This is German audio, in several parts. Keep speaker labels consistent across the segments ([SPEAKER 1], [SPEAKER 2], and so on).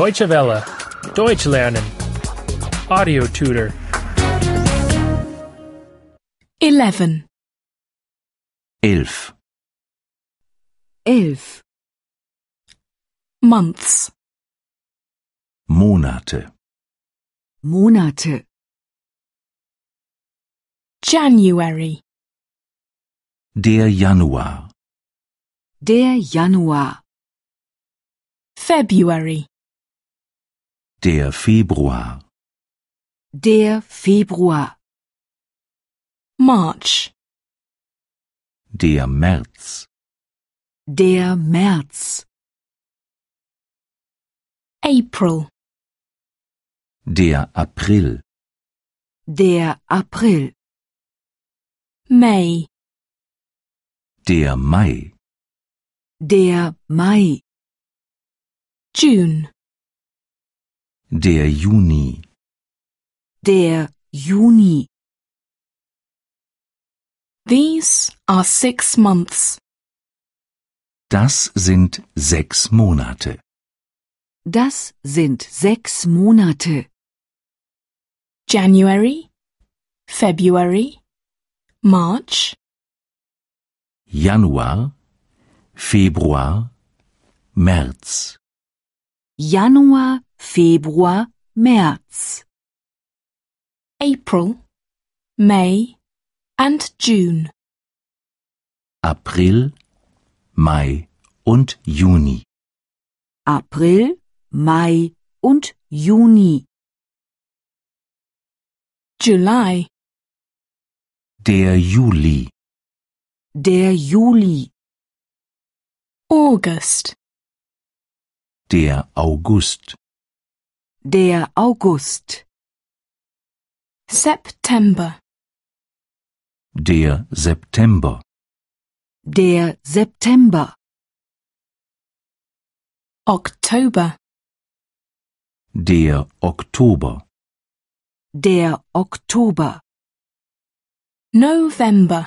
[SPEAKER 1] Deutsche Welle. Deutsch lernen. Audio tutor.
[SPEAKER 2] 11.
[SPEAKER 3] 11.
[SPEAKER 4] elf,
[SPEAKER 2] Months.
[SPEAKER 3] Monate.
[SPEAKER 4] Monate,
[SPEAKER 2] January.
[SPEAKER 3] Der Januar.
[SPEAKER 4] der Januar,
[SPEAKER 2] February.
[SPEAKER 3] Der Februar.
[SPEAKER 4] der Februar,
[SPEAKER 2] March.
[SPEAKER 3] Der März.
[SPEAKER 4] der März,
[SPEAKER 2] April.
[SPEAKER 3] Der April.
[SPEAKER 4] der April,
[SPEAKER 2] May.
[SPEAKER 3] Der Mai.
[SPEAKER 4] der Mai,
[SPEAKER 2] June.
[SPEAKER 3] Der Juni.
[SPEAKER 4] der Juni.
[SPEAKER 2] These are six months.
[SPEAKER 3] Das sind sechs Monate.
[SPEAKER 4] Das sind sechs Monate.
[SPEAKER 2] January. February. March.
[SPEAKER 3] Januar, Februar, März.
[SPEAKER 4] Januar, Februar, März,
[SPEAKER 2] April. May. And June.
[SPEAKER 3] April, Mai und Juni.
[SPEAKER 4] April, Mai und Juni,
[SPEAKER 2] July.
[SPEAKER 3] Der Juli.
[SPEAKER 4] der Juli,
[SPEAKER 2] August.
[SPEAKER 3] Der August.
[SPEAKER 4] der August,
[SPEAKER 2] September.
[SPEAKER 3] Der September.
[SPEAKER 4] der September,
[SPEAKER 2] October.
[SPEAKER 3] Der Oktober.
[SPEAKER 4] der Oktober,
[SPEAKER 2] November.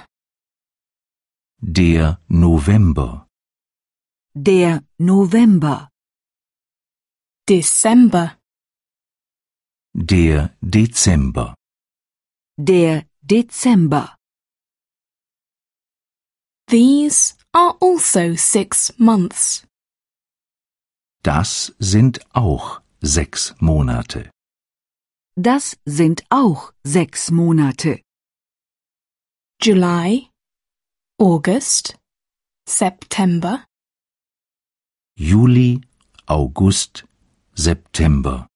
[SPEAKER 3] Der November.
[SPEAKER 4] der November,
[SPEAKER 2] December.
[SPEAKER 3] Der Dezember.
[SPEAKER 4] der Dezember.
[SPEAKER 2] These are also six months.
[SPEAKER 3] Das sind auch sechs Monate.
[SPEAKER 4] Das sind auch sechs Monate.
[SPEAKER 2] July, August, September,
[SPEAKER 3] Juli, August, September.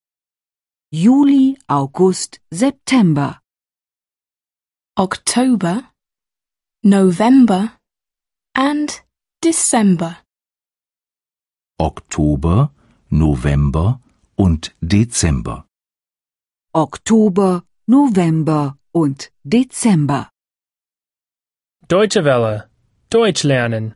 [SPEAKER 4] Juli, August, September,
[SPEAKER 2] October, November, and December.
[SPEAKER 3] Oktober, November und Dezember.
[SPEAKER 4] Oktober, November und Dezember.
[SPEAKER 1] Deutsche Welle. Deutsch lernen.